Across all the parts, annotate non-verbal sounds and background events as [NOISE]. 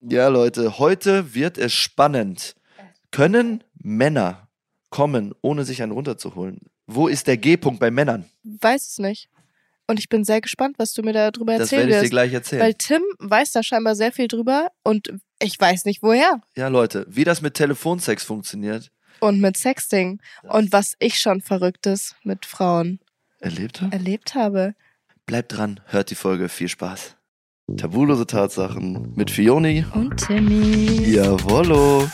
Ja, Leute, heute wird es spannend. Können Männer kommen, ohne sich einen runterzuholen? Wo ist der G-Punkt bei Männern? Weiß es nicht. Und ich bin sehr gespannt, was du mir darüber Das werde erzählen ich dir wirst. gleich erzählen. Weil Tim weiß da scheinbar sehr viel drüber und ich weiß nicht woher. ja, Leute, wie das mit Telefonsex funktioniert, Und mit Sexting. Und was ich schon Verrücktes mit Frauen erlebt er? erlebt habe. Bleibt dran, hört die Folge, viel Spaß. Tabulose Tatsachen mit Fioni. Und Timmy. Jawollo.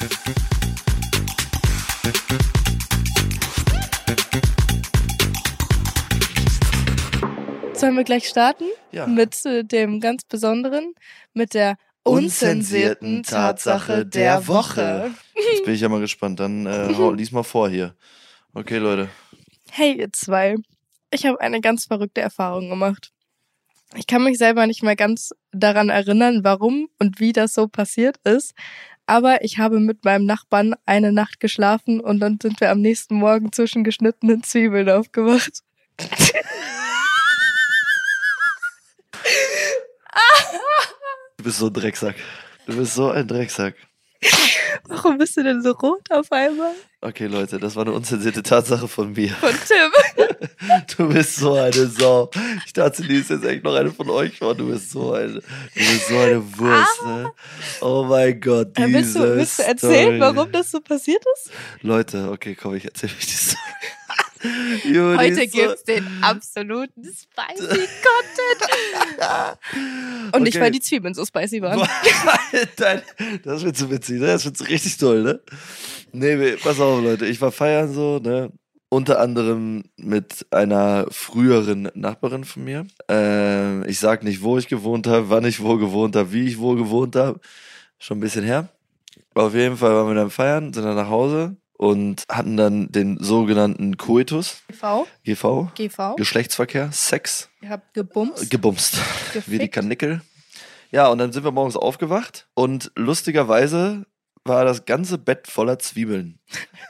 Sollen wir gleich starten? Ja. Mit äh, dem ganz Besonderen, mit der Unzensierten unzensierten Tatsache der Woche. Jetzt bin ich ja mal gespannt. Dann [LAUGHS] äh, hau, lies mal vor hier. Okay, Leute. Hey ihr zwei, ich habe eine ganz verrückte Erfahrung gemacht. Ich kann mich selber nicht mehr ganz daran erinnern, warum und wie das so passiert ist, aber ich habe mit meinem Nachbarn eine Nacht geschlafen und dann sind wir am nächsten Morgen zwischen geschnittenen Zwiebeln aufgewacht. [LAUGHS] Du bist so ein Drecksack. Du bist so ein Drecksack. Warum bist du denn so rot auf einmal? Okay, Leute, das war eine unzensierte Tatsache von mir. Von Tim. Du bist so eine Sau. Ich dachte, die ist jetzt echt noch eine von euch vor. Du bist so eine, du bist so eine Wurst. Ne? Oh mein Gott, Ah. Äh, diese Willst du, willst du Story. erzählen, warum das so passiert ist? Leute, okay, komm, ich erzähl euch die Story. Jo, die Story. [LAUGHS] den absoluten [LAUGHS] Spicy Content. Und nicht, Okay. weil die Zwiebeln so spicy [LAUGHS] waren. Alter, das wird zu witzig, ne? Das wird so richtig toll, ne? Nee, wir- pass auf, Leute. Ich war feiern so, ne? Unter anderem mit einer früheren Nachbarin von mir. Ähm, ich sag nicht, wo ich gewohnt habe, wann ich wo gewohnt habe, wie ich wo gewohnt habe. Schon ein bisschen her. Auf jeden Fall waren wir dann feiern, sind dann nach Hause und hatten dann den sogenannten Coitus, GV, GV, GV, Geschlechtsverkehr, Sex, ihr habt gebumst. Äh, gebumst. Wie die Gefickt. Kanickel. Ja, und dann sind wir morgens aufgewacht und lustigerweise war das ganze Bett voller Zwiebeln. [LAUGHS]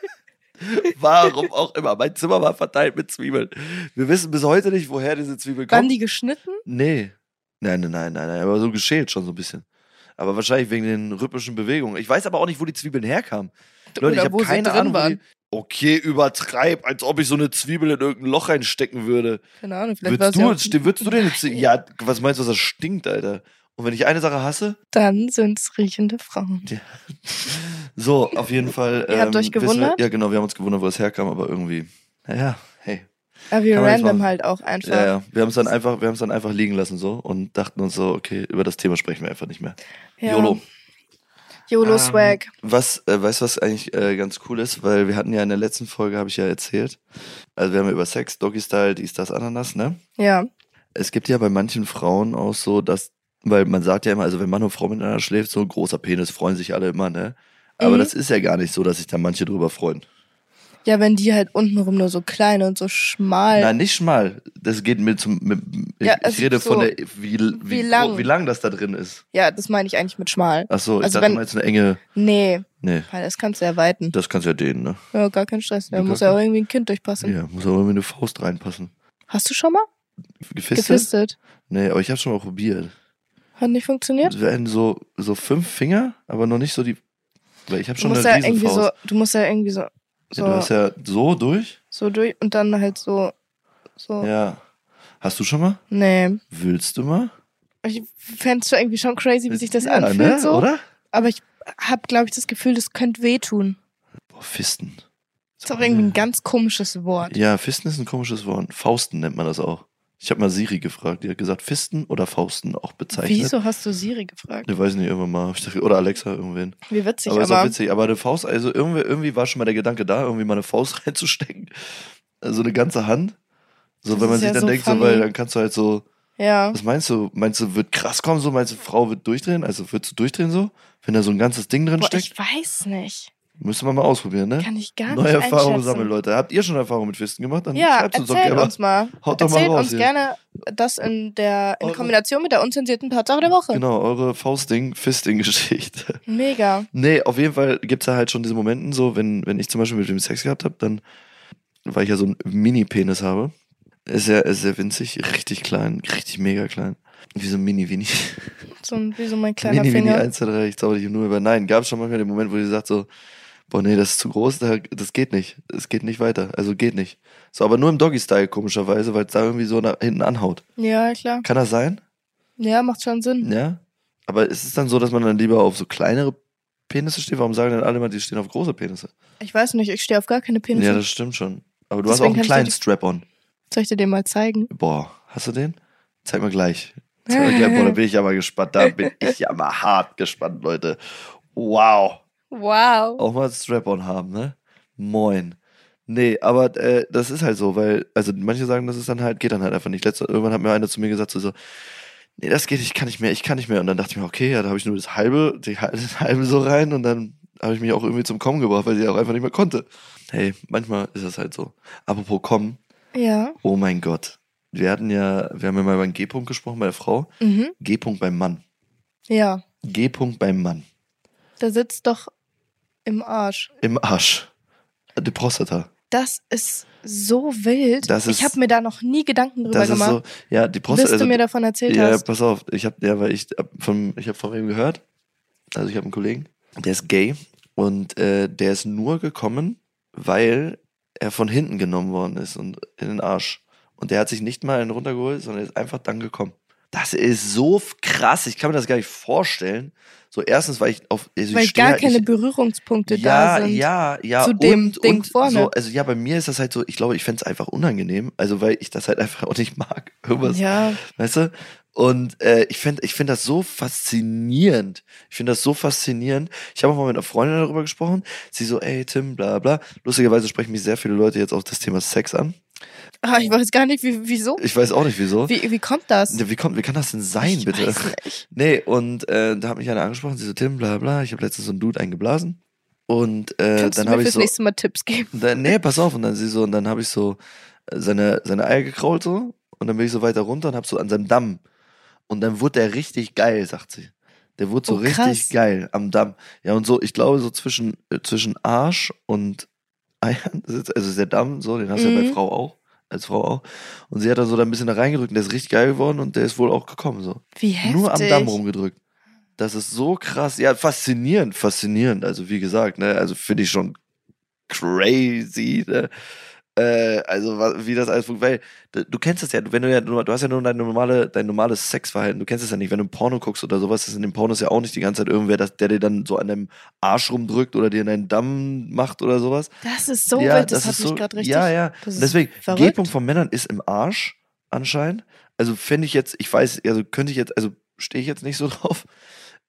Warum auch immer. Mein Zimmer war verteilt mit Zwiebeln. Wir wissen bis heute nicht, woher diese Zwiebel Waren kommt. die geschnitten? Nee. Nein, nein, nein, nein, nein. Aber so geschält schon so ein bisschen. Aber wahrscheinlich wegen den rhythmischen Bewegungen. Ich weiß aber auch nicht, wo die Zwiebeln herkamen. Leute, Oder ich wo habe sie keine drin Ahnung. Wo die... waren? Okay, übertreib, als ob ich so eine Zwiebel in irgendein Loch reinstecken würde. Keine Ahnung, vielleicht war Würdest es ja du, auch, sti- würdest du denn jetzt. Ja, was meinst du, was das stinkt, Alter? Und wenn ich eine Sache hasse, [LAUGHS] Dann sind es riechende Frauen. so, auf [LAUGHS] jeden Fall. Ihr habt euch wissen wir- gewundert? Ja, genau, wir haben uns gewundert, wo es herkam, aber irgendwie. Naja, hey. Aber wie Kann man jetzt random machen. halt auch einfach. Ja, ja. Wir haben es dann einfach, wir haben es dann einfach liegen lassen so und dachten uns so, okay, über das Thema sprechen wir einfach nicht mehr. Ja. YOLO. Ah. YOLO Swag. Was, äh, weißt du, was eigentlich äh, ganz cool ist? Weil wir hatten ja in der letzten Folge, habe ich ja erzählt, also wir haben ja über Sex, Doggy-Style, dies, das, Ananas, ne? Ja. Es gibt ja bei manchen Frauen auch so, dass, weil man sagt ja immer, also wenn Mann und Frau miteinander schläft, so ein großer Penis, freuen sich alle immer, ne? Aber Mhm. das ist ja gar nicht so, dass sich da manche drüber freuen. Ja, wenn die halt untenrum nur so klein und so schmal. Nein, nicht mal. Das geht mir zum. Mit, ich, Ja, ich also rede so. von der, wie, wie, Wie gro- lang? wie lang das da drin ist. Ja, das meine ich eigentlich mit schmal. Ach so, ich Also dachte wenn- Hm. mal jetzt eine enge. Nee, Nee, weil das kannst du erweiten. das kannst du ja dehnen, ne? Ja, gar kein Stress. Da Ja, muss gar ja auch irgendwie ein Kind durchpassen. Ja, muss aber irgendwie eine Faust reinpassen. Hast du schon mal Gefistet? gefistet? Nee, aber ich habe schon mal probiert. Hat nicht funktioniert? Es werden so, so fünf Finger, aber noch nicht so die. Weil ich habe Du schon musst, eine ja irgendwie Riesenfaust. so, du musst ja irgendwie so, so, ja, du hast ja so durch. so durch und dann halt so. so. Ja. Hast du schon mal? Nee. Willst du mal? Ich fänd's schon irgendwie schon crazy, wie sich das Ja, anfühlt, ne? so. Oder? Aber ich habe, glaube ich, das Gefühl, das könnte wehtun. Boah, Fisten. Ist auch irgendwie ein ganz komisches Wort. Ja, Fisten ist ein komisches Wort. Fausten nennt man das auch. Ich habe mal Siri gefragt. Die hat gesagt, Fisten oder Fausten auch bezeichnet. Wieso hast du Siri gefragt? Ich weiß nicht, irgendwann mal. Ich dachte, Oder Alexa, irgendwen. Wie witzig, aber aber, ist auch witzig. Aber eine Faust, also irgendwie, irgendwie war schon mal der Gedanke da, irgendwie mal eine Faust [LAUGHS] reinzustecken. Also eine ganze Hand. So, Das wenn man ist sich ja dann so denkt, funny. so, weil dann kannst du halt so, ja. was meinst du? Meinst du, wird krass kommen, so? Meinst du, Frau wird durchdrehen? Also, würdest du durchdrehen so? Wenn da so ein ganzes Ding drin Boah, steckt? ich weiß nicht. Müsste man mal ausprobieren, ne? Kann ich gar Neue nicht Erfahrungen einschätzen. sammeln, Leute. Habt ihr schon Erfahrungen mit Fisten gemacht? Dann Ja, schreibt uns doch erzähl gerne. uns mal. Haut doch mal Erzähl raus uns hier. gerne das in der in Eure- Kombination mit der unzensierten Tatsache der Woche. Genau, eure Faustding, Fisting-Geschichte. [LAUGHS] Mega. nee, auf jeden Fall gibt's da halt schon diese Momenten, so, wenn, wenn ich zum Beispiel mit dem Sex gehabt habe, dann, weil ich ja so einen Mini-Penis habe, ist er ist sehr winzig, richtig klein, richtig mega klein. Wie so ein Mini-Winnie. So ein, wie so [LAUGHS] mein kleiner Mini, Mini, Finger. 1, 2, 3, ich zauber dich nur über. Nein, gab es schon manchmal den Moment, wo die sagt so, boah, nee, das ist zu groß, da- das geht nicht. Es geht nicht weiter. Also geht nicht. So, aber nur im Doggy-Style, komischerweise, weil es da irgendwie so nach hinten anhaut. Ja, klar. Kann das sein? Ja, macht schon Sinn. Ja. Aber ist es dann so, dass man dann lieber auf so kleinere Penisse steht? Warum sagen dann alle immer, die stehen auf große Penisse? Ich weiß nicht, ich stehe auf gar keine Penisse. Ja, das stimmt schon. Aber du hast auch Deswegen einen kann ich kleinen dir Strap-on. Soll ich dir den mal zeigen? Boah, hast du den? Zeig mal [LAUGHS] gleich. Zeig mal gleich. Boah, da bin ich ja mal gespannt. Da bin ich ja mal hart gespannt, Leute. Wow. Wow. Auch mal ein Strap-on haben, ne? Moin. Nee, aber äh, das ist halt so, weil, also manche sagen, das ist dann halt, geht dann halt einfach nicht. Letzte, irgendwann hat mir einer zu mir gesagt, so, so, nee, das geht, ich kann nicht mehr, ich kann nicht mehr. Und dann dachte ich mir, okay, ja, da habe ich nur das halbe, die, hal- das halbe so rein und dann habe ich mich auch irgendwie zum Kommen gebracht, weil sie auch einfach nicht mehr konnte. Hey, manchmal ist das halt so. Apropos Kommen, Ja. oh mein Gott. Wir hatten ja, wir haben ja mal über den G-Punkt gesprochen bei der Frau, Mhm. G-Punkt beim Mann. Ja. G-Punkt beim Mann. Der sitzt doch im Arsch. Im Arsch. Die Prostata. Das ist so wild. Das ist- ich habe mir da noch nie Gedanken drüber Das ist gemacht, so, ja, die bis Prostata. du mir davon erzählt ja, hast. pass auf, ich habe ja, weil ich hab von ich habe von wem gehört. Also ich habe einen Kollegen, der ist gay und äh, der ist nur gekommen, weil er von hinten genommen worden ist und in den Arsch. Und der hat sich nicht mal einen runtergeholt, sondern ist einfach dann gekommen. Das ist so f- krass, ich kann mir das gar nicht vorstellen. So erstens, weil ich auf also Weil ich steh gar halt- keine ich, Berührungspunkte ja, da sind. Ja, ja, zu dem und, Ding und vorne. So, also ja, bei mir ist das halt so, ich glaube, ich fänd's einfach unangenehm, also weil ich das halt einfach auch nicht mag. [LAUGHS] Irgendwas, ja. weißt du? Und äh, ich finde ich find das so faszinierend. Ich finde das so faszinierend. Ich habe auch mal mit einer Freundin darüber gesprochen. Sie so, ey, Tim, bla bla. Lustigerweise sprechen mich sehr viele Leute jetzt auf das Thema Sex an. Ah, ich weiß gar nicht, wie, wieso. Ich weiß auch nicht wieso. Wie, Wie, wie kommt das? wie, kommt, wie kann das denn sein, ich bitte? Weiß nicht. [LAUGHS] Nee, und äh, da hat mich einer angesprochen. Sie so, Tim, bla bla. Ich habe letztens so einen Dude eingeblasen. Und äh, Kannst dann du mir habe fürs ich so. nächste Mal Tipps geben? Und dann, nee, pass auf. Und dann sie so, und dann habe ich so äh, seine, seine Eier gekrault so. Und dann bin ich so weiter runter und hab so an seinem Damm. Und dann wurde der richtig geil, sagt sie. Der wurde so Oh, krass. richtig geil am Damm. Ja, und so, ich glaube, so zwischen, äh, zwischen Arsch und [LAUGHS] Eiern, das ist- also der Damm, so, den hast du ja Mhm. bei Frau auch, als Frau auch. Und sie hat dann so da ein bisschen da reingedrückt und der ist richtig geil geworden und der ist wohl auch gekommen, so. Wie heftig. Nur am Damm rumgedrückt. Das ist so krass. Ja, faszinierend, faszinierend. Also, wie gesagt, ne, also finde ich schon crazy. Ne? Äh, also, wa- wie das alles funktioniert. Weil d- du kennst das ja, wenn du ja, nur- du hast ja nur dein, normale, dein normales Sexverhalten. Du kennst das ja nicht. Wenn du ein Porno guckst oder sowas, ist in dem Pornos ja auch nicht die ganze Zeit irgendwer, das, der dir dann so an deinem Arsch rumdrückt oder dir deinen Damm macht oder sowas. Das ist so ja, wild, das, hat ist mich so, gerade richtig. Ja, ja. Das ist Deswegen, verrückt. G-Punkt von Männern ist im Arsch anscheinend. Also fände ich jetzt, ich weiß, also könnte ich jetzt, also stehe ich jetzt nicht so [LAUGHS] drauf.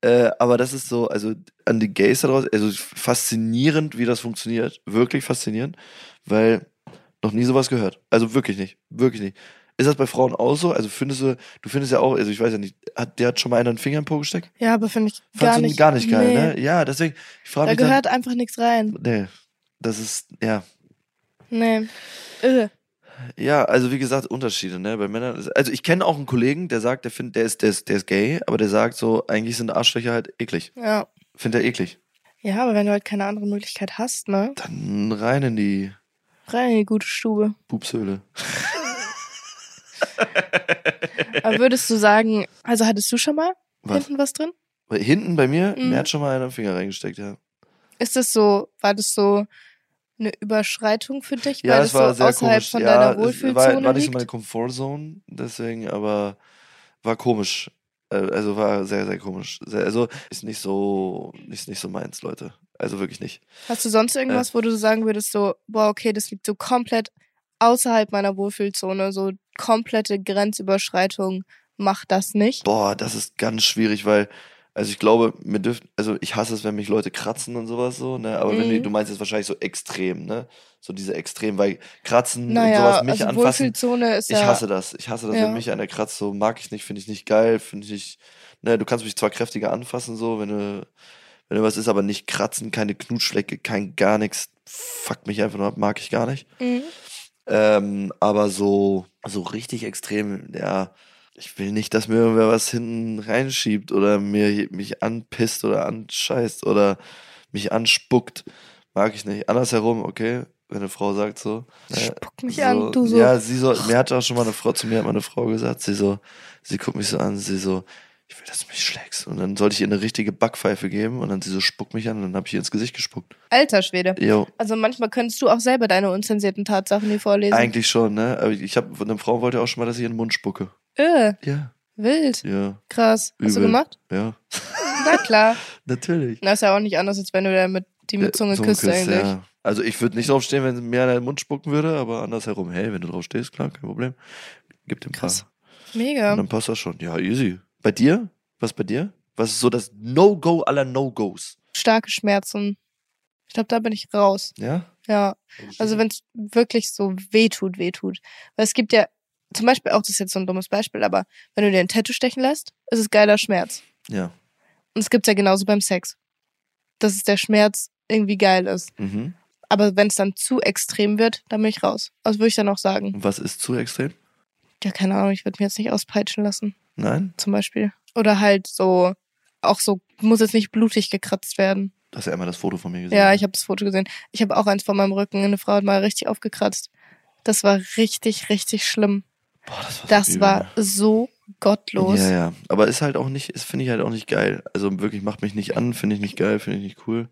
Äh, aber das ist so, also an die Gays da draus, also faszinierend, wie das funktioniert. Wirklich faszinierend, weil noch nie sowas gehört. Also wirklich nicht, wirklich nicht. Ist das bei Frauen auch so? Also findest du, du findest ja auch, also ich weiß ja nicht, hat, der hat schon mal einer einen Finger im Po gesteckt? ja, aber finde ich Fandst gar du nicht, gar nicht geil, nee. ne? Ja, deswegen, ich frage Da mich dann, gehört einfach nichts rein. nee, das ist, ja, Nee. Äh. Irre. Ja, also wie gesagt, Unterschiede, ne? Bei Männern ist, also ich kenne auch einen Kollegen, der sagt, der findet, der ist, der ist, der ist gay, aber der sagt so, eigentlich sind Arschlöcher halt eklig. Ja. Findet er eklig. Ja, aber wenn du halt keine andere Möglichkeit hast, ne? Dann rein in die Rein in die gute Stube. Pupshöhle. Aber würdest du sagen, also hattest du schon mal Was? hinten was drin? Weil hinten bei mir, Mhm. mir hat schon mal einer den Finger reingesteckt, ja. Ist das so, war das so eine Überschreitung für dich? Ja, weil es das war so sehr außerhalb komisch. von ja, deiner es Wohlfühlzone war, war nicht so liegt? meine Comfortzone, deswegen, aber war komisch. Äh, Also war sehr, sehr komisch. Sehr, also ist nicht so, ist nicht so meins, Leute. Also wirklich nicht. Hast du sonst irgendwas, Äh. wo du sagen würdest, so, boah, okay, das liegt so komplett außerhalb meiner Wohlfühlzone, so komplette Grenzüberschreitung, mach das nicht. Boah, das ist ganz schwierig, weil, also ich glaube, mir dürft, also ich hasse es, wenn mich Leute kratzen und sowas so, ne? Aber wenn du, Mhm. du meinst jetzt wahrscheinlich so extrem, ne? So diese extrem, weil kratzen und Naja, sowas, mich also anfassen, Wohlfühlzone ist ich ja. hasse das. Ich hasse das, Ja. wenn mich einer kratzt, so mag ich nicht, finde ich nicht geil, finde ich nicht, ne? Du kannst mich zwar kräftiger anfassen, so, wenn du, wenn du was ist, aber nicht kratzen, keine Knutschlecke, kein gar nichts, fuck mich einfach nur ab, mag ich gar nicht. Mhm. Ähm, aber so, so richtig extrem, ja, ich will nicht, dass mir irgendwer was hinten reinschiebt oder mir mich anpisst oder anscheißt oder mich anspuckt. Mag ich nicht. Andersherum, okay, wenn eine Frau sagt so. äh, Spuck mich so, an, du so. Ja, sie so, mir hat auch schon mal eine Frau, zu mir hat meine Frau gesagt, sie so, sie guckt mich so an, sie so, ich will, dass du mich schlägst. Und dann sollte ich ihr eine richtige Backpfeife geben und dann sie so, spuck mich an und dann habe ich ihr ins Gesicht gespuckt. Alter Schwede. Jo, Also manchmal könntest du auch selber deine unzensierten Tatsachen hier vorlesen. eigentlich schon, ne? Aber ich habe von einer Frau wollte auch schon mal, dass ich ihren Mund spucke. Äh, Ja, wild. ja, Krass. Hast du Übel. gemacht? ja, Na klar. natürlich. Na, ist ja auch nicht anders, als wenn du da mit die mit Zunge küsst eigentlich. ja. Also ich würde nicht draufstehen, wenn mir einer in den Mund spucken würde, aber andersherum, hey, wenn du drauf stehst, klar, kein Problem. Gib dem Krass. Krass. Mega. Und dann passt das schon. Ja, easy. Bei dir? Was bei dir? Was ist so das No-Go aller No-Gos? Starke Schmerzen. Ich glaube, da bin ich raus. Ja? Ja. Also wenn es wirklich so wehtut, wehtut. Weil es gibt ja zum Beispiel auch, das ist jetzt so ein dummes Beispiel, aber wenn du dir ein Tattoo stechen lässt, ist es geiler Schmerz. Ja. Und es gibt's ja genauso beim Sex. Dass es der Schmerz irgendwie geil ist. Mhm. Aber wenn es dann zu extrem wird, dann bin ich raus. Also würde ich dann auch sagen. Und was ist zu extrem? Ja, keine Ahnung, ich würde mich jetzt nicht auspeitschen lassen, Nein? zum Beispiel. Oder halt so, auch so, muss jetzt nicht blutig gekratzt werden. Du hast ja einmal das Foto von mir gesehen. Ja, ich habe das Foto gesehen. Ich habe auch eins von meinem Rücken. Eine Frau hat mal richtig aufgekratzt. Das war richtig, richtig schlimm. Boah, das war, Das übel. ne? war so gottlos. Ja, ja. Aber ist halt auch nicht, ist finde ich halt auch nicht geil. Also wirklich macht mich nicht an, finde ich nicht geil, finde ich nicht cool.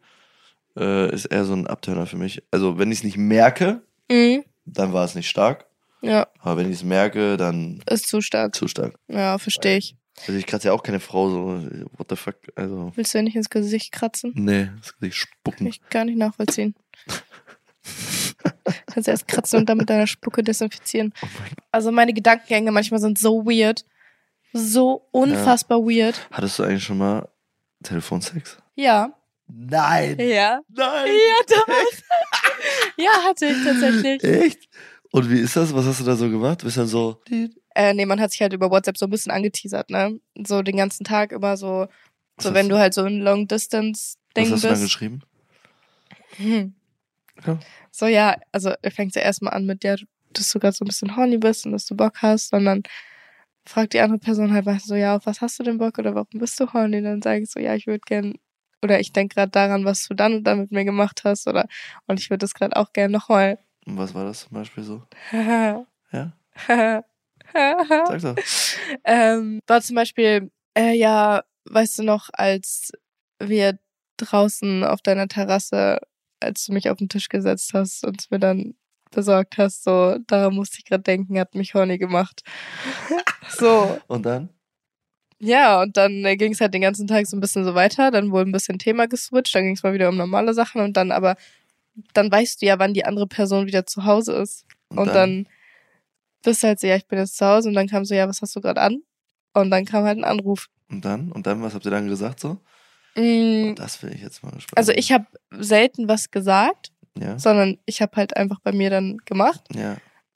Äh, ist eher so ein Abturner für mich. Also wenn ich es nicht merke, Mhm. dann war es nicht stark. ja Aber wenn ich es merke, dann ist zu stark. zu stark. Ja, verstehe ich. Also ich kratze ja auch keine Frau so, what the fuck, also. Willst du mir nicht ins Gesicht kratzen? Nee, das Gesicht spucken. Kann ich gar nicht nachvollziehen. [LAUGHS] Kannst erst kratzen und dann mit deiner Spucke desinfizieren. Oh mein Also meine Gedankengänge manchmal sind so weird. So unfassbar weird. Hattest du eigentlich schon mal Telefonsex? Ja. Nein! Ja. Nein! Ja, doch. [LAUGHS] Ja, hatte ich [LAUGHS] tatsächlich. Echt? Und wie ist das? Was hast du da so gemacht? Bist dann so. Äh, nee, man hat sich halt über WhatsApp so ein bisschen angeteasert, ne? So den ganzen Tag über so, Was so hast- wenn du halt so ein Long-Distance-Ding Was hast du dann bist. geschrieben? Hm. Ja. So, ja, also fängt ja erstmal an mit, ja, dass du gerade so ein bisschen horny bist und dass du Bock hast und dann fragt die andere Person halt mal so, ja, auf was hast du denn Bock oder warum bist du horny? Dann sage ich so, ja, ich würde gern oder ich denk gerade daran, was du dann und dann mit mir gemacht hast oder und ich würde das gerade auch gern nochmal. [LAUGHS] Und was war das zum Beispiel so? Ja? Sag doch. [LAUGHS] ähm, war zum Beispiel, äh, ja, weißt du noch, als wir draußen auf deiner Terrasse, als du mich auf den Tisch gesetzt hast und mir dann besorgt hast, so, daran musste ich gerade denken, hat mich horny gemacht. so, Und dann? ja, und dann äh, ging es halt den ganzen Tag so ein bisschen so weiter, dann wurde ein bisschen Thema geswitcht, dann ging es mal wieder um normale Sachen und dann aber, dann weißt du ja, wann die andere Person wieder zu Hause ist. Und dann bist du halt so, ja, ich bin jetzt zu Hause. Und dann kam so, ja, was hast du gerade an? Und dann kam halt ein Anruf. Und dann? Und dann? Was habt ihr dann gesagt so? Mm, Das will ich jetzt mal gespannt. Also ich habe selten was gesagt, Ja? sondern ich habe halt einfach bei mir dann gemacht. Ja.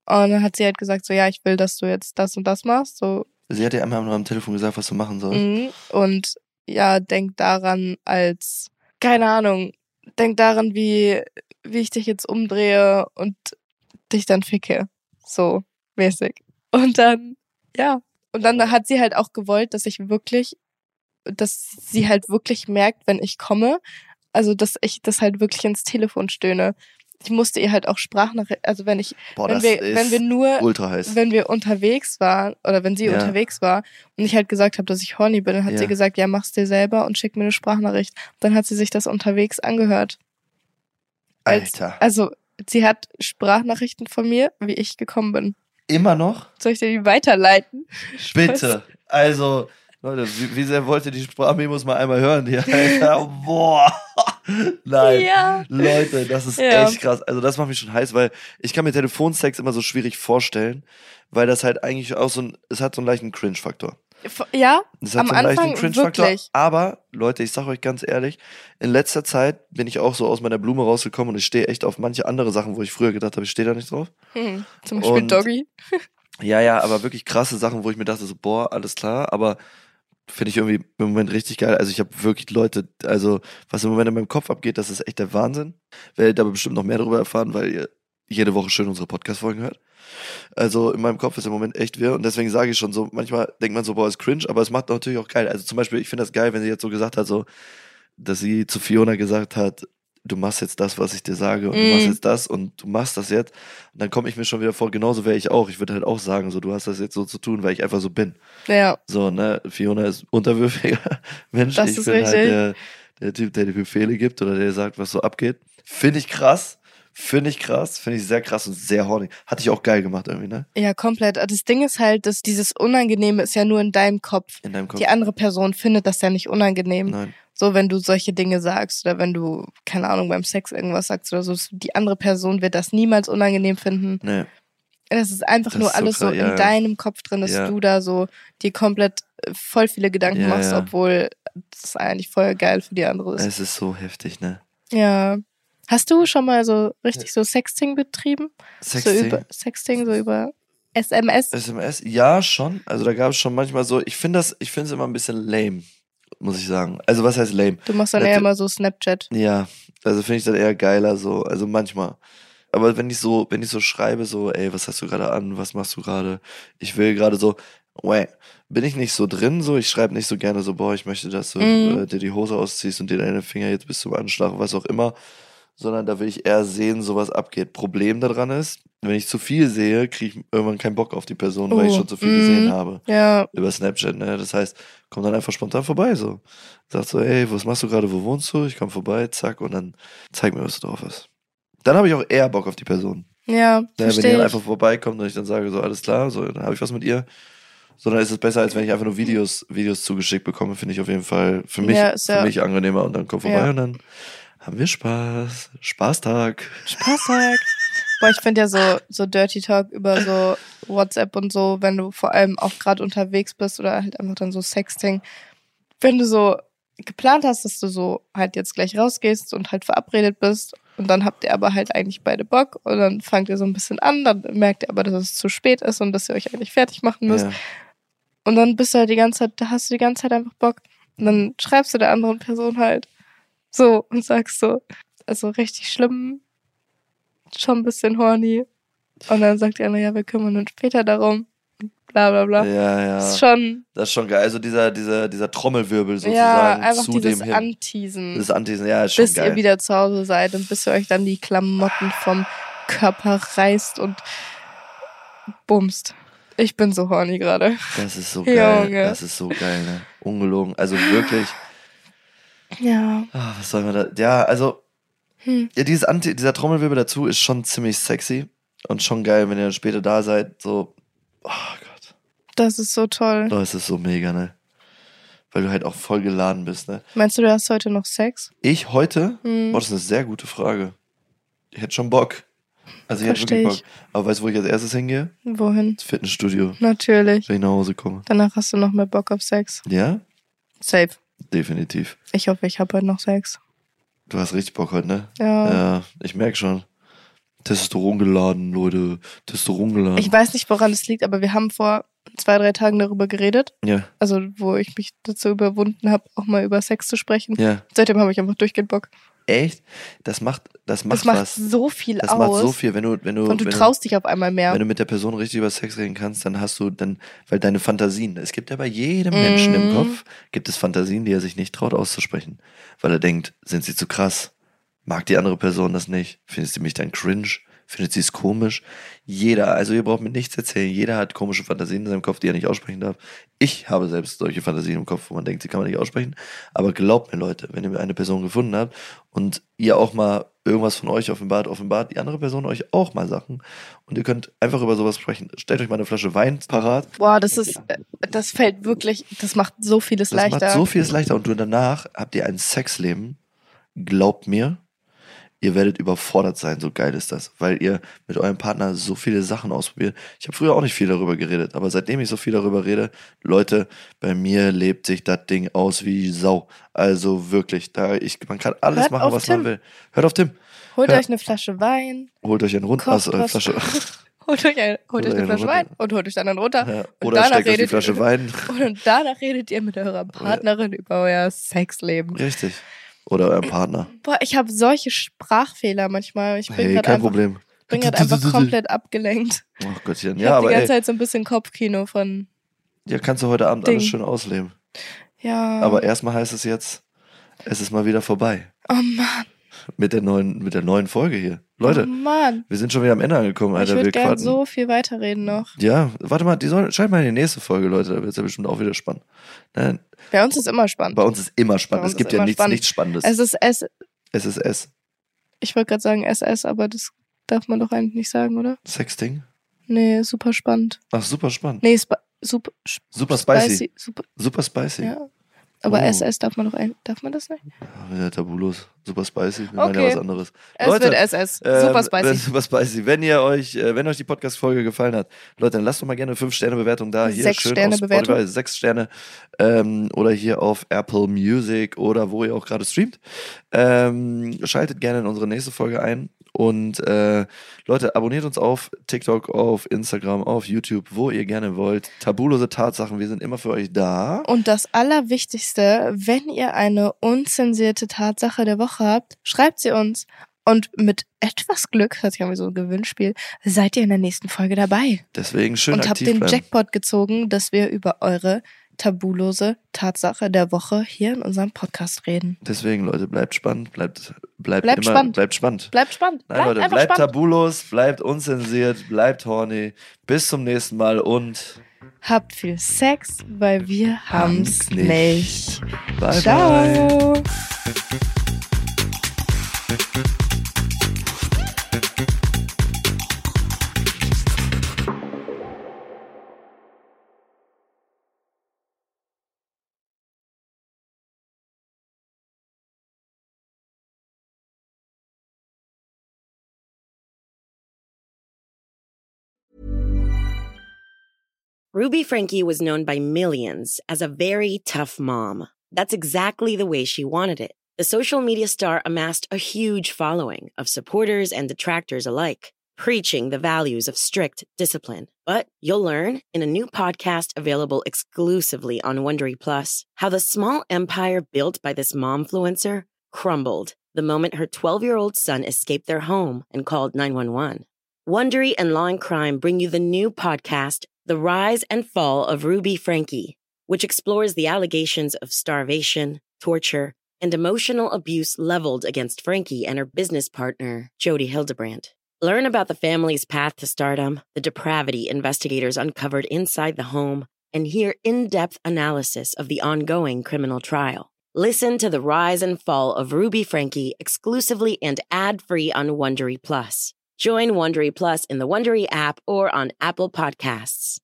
Und dann hat sie halt gesagt, so, ja, ich will, dass du jetzt das und das machst. So, Sie hat dir einmal am Telefon gesagt, was du machen sollst. mm, und ja, denk daran als, keine Ahnung, denk daran, wie, wie ich dich jetzt umdrehe und dich dann ficke. So mäßig. Und dann, ja. Und dann hat sie halt auch gewollt, dass ich wirklich, dass sie halt wirklich merkt, wenn ich komme, also dass ich das halt wirklich ins Telefon stöhne. Ich musste ihr halt auch Sprachnachrichten, also wenn ich, Boah, wenn das wir, ist wenn wir nur ultra heiß. wenn wir unterwegs waren oder wenn sie Ja. unterwegs war und ich halt gesagt habe, dass ich horny bin, dann hat Ja. sie gesagt, ja, mach's dir selber und schick mir eine Sprachnachricht. Dann hat sie sich das unterwegs angehört. als- Alter. Also, sie hat Sprachnachrichten von mir, wie ich gekommen bin. Immer [LAUGHS] noch? Soll ich dir die weiterleiten? Bitte. Also, Leute, wie, wie sehr wollt ihr die Sprachmemos mal einmal hören? [LAUGHS] hier, Alter, boah. [LAUGHS] Nein. Ja. Leute, das ist Ja. echt krass. Also das macht mich schon heiß, weil ich kann mir Telefonsex immer so schwierig vorstellen, weil das halt eigentlich auch so ein, es hat so einen leichten Cringe-Faktor. F- Ja? Es hat Am so einen Anfang leichten Cringe-Faktor. wirklich. Aber, Leute, ich sag euch ganz ehrlich, in letzter Zeit bin ich auch so aus meiner Blume rausgekommen und ich stehe echt auf manche andere Sachen, wo ich früher gedacht habe, ich stehe da nicht drauf. Hm. Zum Beispiel Und- Doggy. Ja, ja, aber wirklich krasse Sachen, wo ich mir dachte, so, boah, alles klar, aber finde ich irgendwie im Moment richtig geil. Also ich habe wirklich Leute, also was im Moment in meinem Kopf abgeht, das ist echt der Wahnsinn. Werdet aber bestimmt noch mehr darüber erfahren, weil ihr jede Woche schön unsere Podcast-Folgen hört. Also in meinem Kopf ist im Moment echt wirr und deswegen sage ich schon so, manchmal denkt man so, boah, ist cringe, aber es macht natürlich auch geil. Also zum Beispiel, ich finde das geil, wenn sie jetzt so gesagt hat, so, dass sie zu Fiona gesagt hat, du machst jetzt das, was ich dir sage und du Mm. machst jetzt das und du machst das jetzt. Und dann komme ich mir schon wieder vor, genauso wäre ich auch. Ich würde halt auch sagen, so, du hast das jetzt so zu tun, weil ich einfach so bin. Ja, So, ne, Fiona ist unterwürfiger [LAUGHS] Mensch. Das ich ist bin richtig. halt der, der Typ, der die Befehle gibt oder der sagt, was so abgeht. Finde ich krass. Finde ich krass. Finde ich sehr krass und sehr horny. Hatte ich auch geil gemacht irgendwie, ne? ja, komplett. Das Ding ist halt, dass dieses Unangenehme ist ja nur in deinem Kopf. In deinem Kopf. Die andere Person findet das ja nicht unangenehm. Nein. So, wenn du solche Dinge sagst oder wenn du, keine Ahnung, beim Sex irgendwas sagst oder so, die andere Person wird das niemals unangenehm finden. Nee. Das ist einfach Das nur ist so alles so, krass, ja, ja. in deinem Kopf drin, dass Ja. du da so dir komplett äh, voll viele Gedanken Ja, machst, ja. obwohl das eigentlich voll geil für die andere ist. Es ist so heftig, ne? ja. Hast du schon mal so richtig so Sexting betrieben? So Sexting. über Sexting, so über SMS? SMS, ja, schon. Also da gab es schon manchmal so, ich finde das, ich finde es immer ein bisschen lame, muss ich sagen. Also was heißt lame? Du machst dann Nat- eher immer so Snapchat. Ja, also finde ich das eher geiler so, also manchmal. Aber wenn ich so, wenn ich so schreibe, so, ey, was hast du gerade an, was machst du gerade? Ich will gerade so, wait, bin ich nicht so drin, so, ich schreibe nicht so gerne so, boah, ich möchte, dass du Mhm. äh, dir die Hose ausziehst und dir deine Finger jetzt bis zum Anschlag, was auch immer, sondern da will ich eher sehen, so was abgeht. Problem daran ist, wenn ich zu viel sehe, kriege ich irgendwann keinen Bock auf die Person, weil ich Oh, schon zu viel mhm. gesehen habe Ja, über Snapchat, ne? Das heißt, komm dann einfach spontan vorbei, so. Sag so, ey, was machst du gerade, wo wohnst du? Ich komm vorbei, zack, und dann zeig mir, was du drauf hast. Dann habe ich auch eher Bock auf die Person. Ne? Wenn ja, die dann verstehe ich. einfach vorbeikommt und ich dann sage, so, alles klar, so, dann habe ich was mit ihr. Sondern ist es besser, als wenn ich einfach nur Videos, Videos zugeschickt bekomme, finde ich auf jeden Fall für mich, Ja, ist für ja- mich angenehmer und dann komm vorbei Ja. und dann haben wir Spaß. Spaßtag. Spaßtag. Boah, ich finde ja so, so Dirty Talk über so WhatsApp und so, wenn du vor allem auch gerade unterwegs bist oder halt einfach dann so Sexting. Wenn du so geplant hast, dass du so halt jetzt gleich rausgehst und halt verabredet bist und dann habt ihr aber halt eigentlich beide Bock und dann fangt ihr so ein bisschen an, dann merkt ihr aber, dass es zu spät ist und dass ihr euch eigentlich fertig machen müsst. Ja. Und dann bist du halt die ganze Zeit, da hast du die ganze Zeit einfach Bock. Und dann schreibst du der anderen Person halt so und sagst so, also richtig schlimm, schon ein bisschen horny. Und dann sagt die andere, ja, wir kümmern uns später darum. und Bla bla bla. Ja, ja. Das ist schon, Das ist schon geil. Also dieser, dieser, dieser Trommelwirbel sozusagen ja, einfach zu dem dieses hin. Anteasen, Das Antiesen, ja, ist schon bis geil. ihr wieder zu Hause seid und bis ihr euch dann die Klamotten vom Körper reißt und bumst. Ich bin so horny gerade. Das ist so geil. Junge. Das ist so geil, ne? Ungelogen. Also wirklich. Ja. Ah, was soll man da? Ja, also. Hm. Ja, dieses Anti, dieser Trommelwirbel dazu ist schon ziemlich sexy und schon geil, wenn ihr dann später da seid. So. Oh Gott. Das ist so toll. Oh, es ist so mega, ne? Weil du halt auch voll geladen bist, ne? Meinst du, du hast heute noch Sex? Ich heute. Hm. Boah, das ist eine sehr gute Frage. Ich hätte schon Bock. Also ich hätte Versteh wirklich Bock. ich. Aber weißt du, wo ich als erstes hingehe? Wohin? Ins Fitnessstudio, Natürlich. wenn ich nach Hause komme. Danach hast du noch mehr Bock auf Sex. Ja? Safe. Definitiv. Ich hoffe, ich habe heute noch Sex. Du hast richtig Bock heute, ne? Ja. Ja, ich merke schon. Testosteron geladen, Leute. Testosteron geladen. Ich weiß nicht, woran es liegt, aber wir haben vor zwei, drei Tagen darüber geredet. ja, Also, wo ich mich dazu überwunden habe, auch mal über Sex zu sprechen. ja. Seitdem habe ich einfach durchgehend Bock. Echt? Das macht, das macht das macht was. so viel das aus. macht so viel. Wenn du, wenn du, Und du wenn, traust dich auf einmal mehr. wenn du mit der Person richtig über Sex reden kannst, dann hast du dann, weil deine Fantasien, es gibt ja bei jedem Menschen im Mhm. Kopf, gibt es Fantasien, die er sich nicht traut auszusprechen. Weil er denkt, sind sie zu krass? Mag die andere Person das nicht? Findet sie mich dann cringe? Findet sie es komisch? Jeder, also ihr braucht mir nichts erzählen, jeder hat komische Fantasien in seinem Kopf, die er nicht aussprechen darf. Ich habe selbst solche Fantasien im Kopf, wo man denkt, sie kann man nicht aussprechen. Aber glaubt mir, Leute, wenn ihr eine Person gefunden habt und ihr auch mal irgendwas von euch offenbart, offenbart die andere Person euch auch mal Sachen und ihr könnt einfach über sowas sprechen. Stellt euch mal eine Flasche Wein parat. Boah, das ist, äh, das fällt wirklich, das macht so vieles Das leichter. macht so vieles leichter und du danach habt ihr ein Sexleben. Glaubt mir, ihr werdet überfordert sein, so geil ist das, weil ihr mit eurem Partner so viele Sachen ausprobiert. Ich habe früher auch nicht viel darüber geredet, aber seitdem ich so viel darüber rede, Leute, bei mir lebt sich das Ding aus wie Sau. Also wirklich, da ich, man kann alles Hört machen, auf was Tim. man will. Hört auf Tim, Holt Ja. euch eine Flasche Wein, holt euch einen Rund Kocht aus, äh, was. [LAUGHS] Flasche [LAUGHS] holt euch, ein, holt Oder euch eine eine Flasche Runde. Wein und holt euch dann einen runter. Ja, Und oder danach steckt euch die redet ihr- Flasche Wein. Und danach redet ihr mit eurer Partnerin über euer Sexleben. Richtig. Oder eurem Partner. Boah, ich habe solche Sprachfehler manchmal. Ich bin Hey, gerade kein einfach, Problem. bin [LAUGHS] grad einfach komplett abgelenkt. Oh Gottchen. Ich Ja, ja, habe aber die ganze ey, Zeit so ein bisschen Kopfkino von. ja, kannst du heute Abend alles Ding. schön ausleben. Ja. Aber erstmal heißt es jetzt, es ist mal wieder vorbei. oh Mann. mit der neuen, mit der neuen Folge hier. Leute, Oh Mann, wir sind schon wieder am Ende angekommen, ich Alter. würde wir gerne quatschen. so viel weiterreden noch. Ja, warte mal, die soll, schalt mal in die nächste Folge, Leute. Da wird es ja bestimmt auch wieder spannend. Nein, Bei uns ist immer spannend. bei uns ist immer spannend. Bei uns Es gibt ist ja immer nichts, spannend. Also nichts Spannendes. Es ist S, es ist S. ich wollte gerade sagen SS, aber das darf man doch eigentlich nicht sagen, oder? Sexting. Nee, super spannend. Ach, super spannend. Nee, spa super sp- Super spicy. Super, Super spicy. ja. Aber Oh. SS darf man doch ein, darf man das nicht? Ach, Ah, wieder Tabulos. Super spicy. Wir machen ja Okay. was anderes. Es Leute, wird SS. Super Ähm, wenn- spicy. [LAUGHS] Super spicy. Wenn ihr euch, äh, wenn euch die Podcast-Folge gefallen hat, Leute, dann lasst doch mal gerne eine 5-Sterne-Bewertung da. Hier Sechs schön Sterne auf Spotify, Bewertung. sechs Sterne. Ähm, oder hier auf Apple Music oder wo ihr auch gerade streamt. Ähm, schaltet gerne in unsere nächste Folge ein. Und äh, Leute, abonniert uns auf TikTok, auf Instagram, auf YouTube, wo ihr gerne wollt. Tabulose Tatsachen, wir sind immer für euch da. Und das Allerwichtigste, wenn ihr eine unzensierte Tatsache der Woche habt, schreibt sie uns. Und mit etwas Glück, hört sich an wie so ein Gewinnspiel, seid ihr in der nächsten Folge dabei. Deswegen schön und habt aktiv den bleiben. Jackpot gezogen, dass wir über eure tabulose Tatsache der Woche hier in unserem Podcast reden. Deswegen, Leute, bleibt spannend, bleibt, bleibt, Bleibt immer, spannend. bleibt spannend. Bleibt spannend. Nein, Leute, einfach bleibt spannend. tabulos, bleibt unzensiert, bleibt horny. Bis zum nächsten Mal und Habt viel Sex, weil wir haben's nicht. Bye, bye. Ciao. Ruby Frankie was known by millions as a very tough mom. That's exactly the way she wanted it. The social media star amassed a huge following of supporters and detractors alike, preaching the values of strict discipline. But you'll learn in a new podcast available exclusively on Wondery Plus how the small empire built by this momfluencer crumbled the moment her 12-year-old son escaped their home and called 911. Wondery and Law and Crime bring you the new podcast, The Rise and Fall of Ruby Frankie, which explores the allegations of starvation, torture, and emotional abuse leveled against Frankie and her business partner, Jody Hildebrandt. Learn about the family's path to stardom, the depravity investigators uncovered inside the home, and hear in depth analysis of the ongoing criminal trial. Listen to the rise and fall of Ruby Frankie exclusively and ad free on Wondery Plus. Join Wondery Plus in the Wondery app or on Apple Podcasts.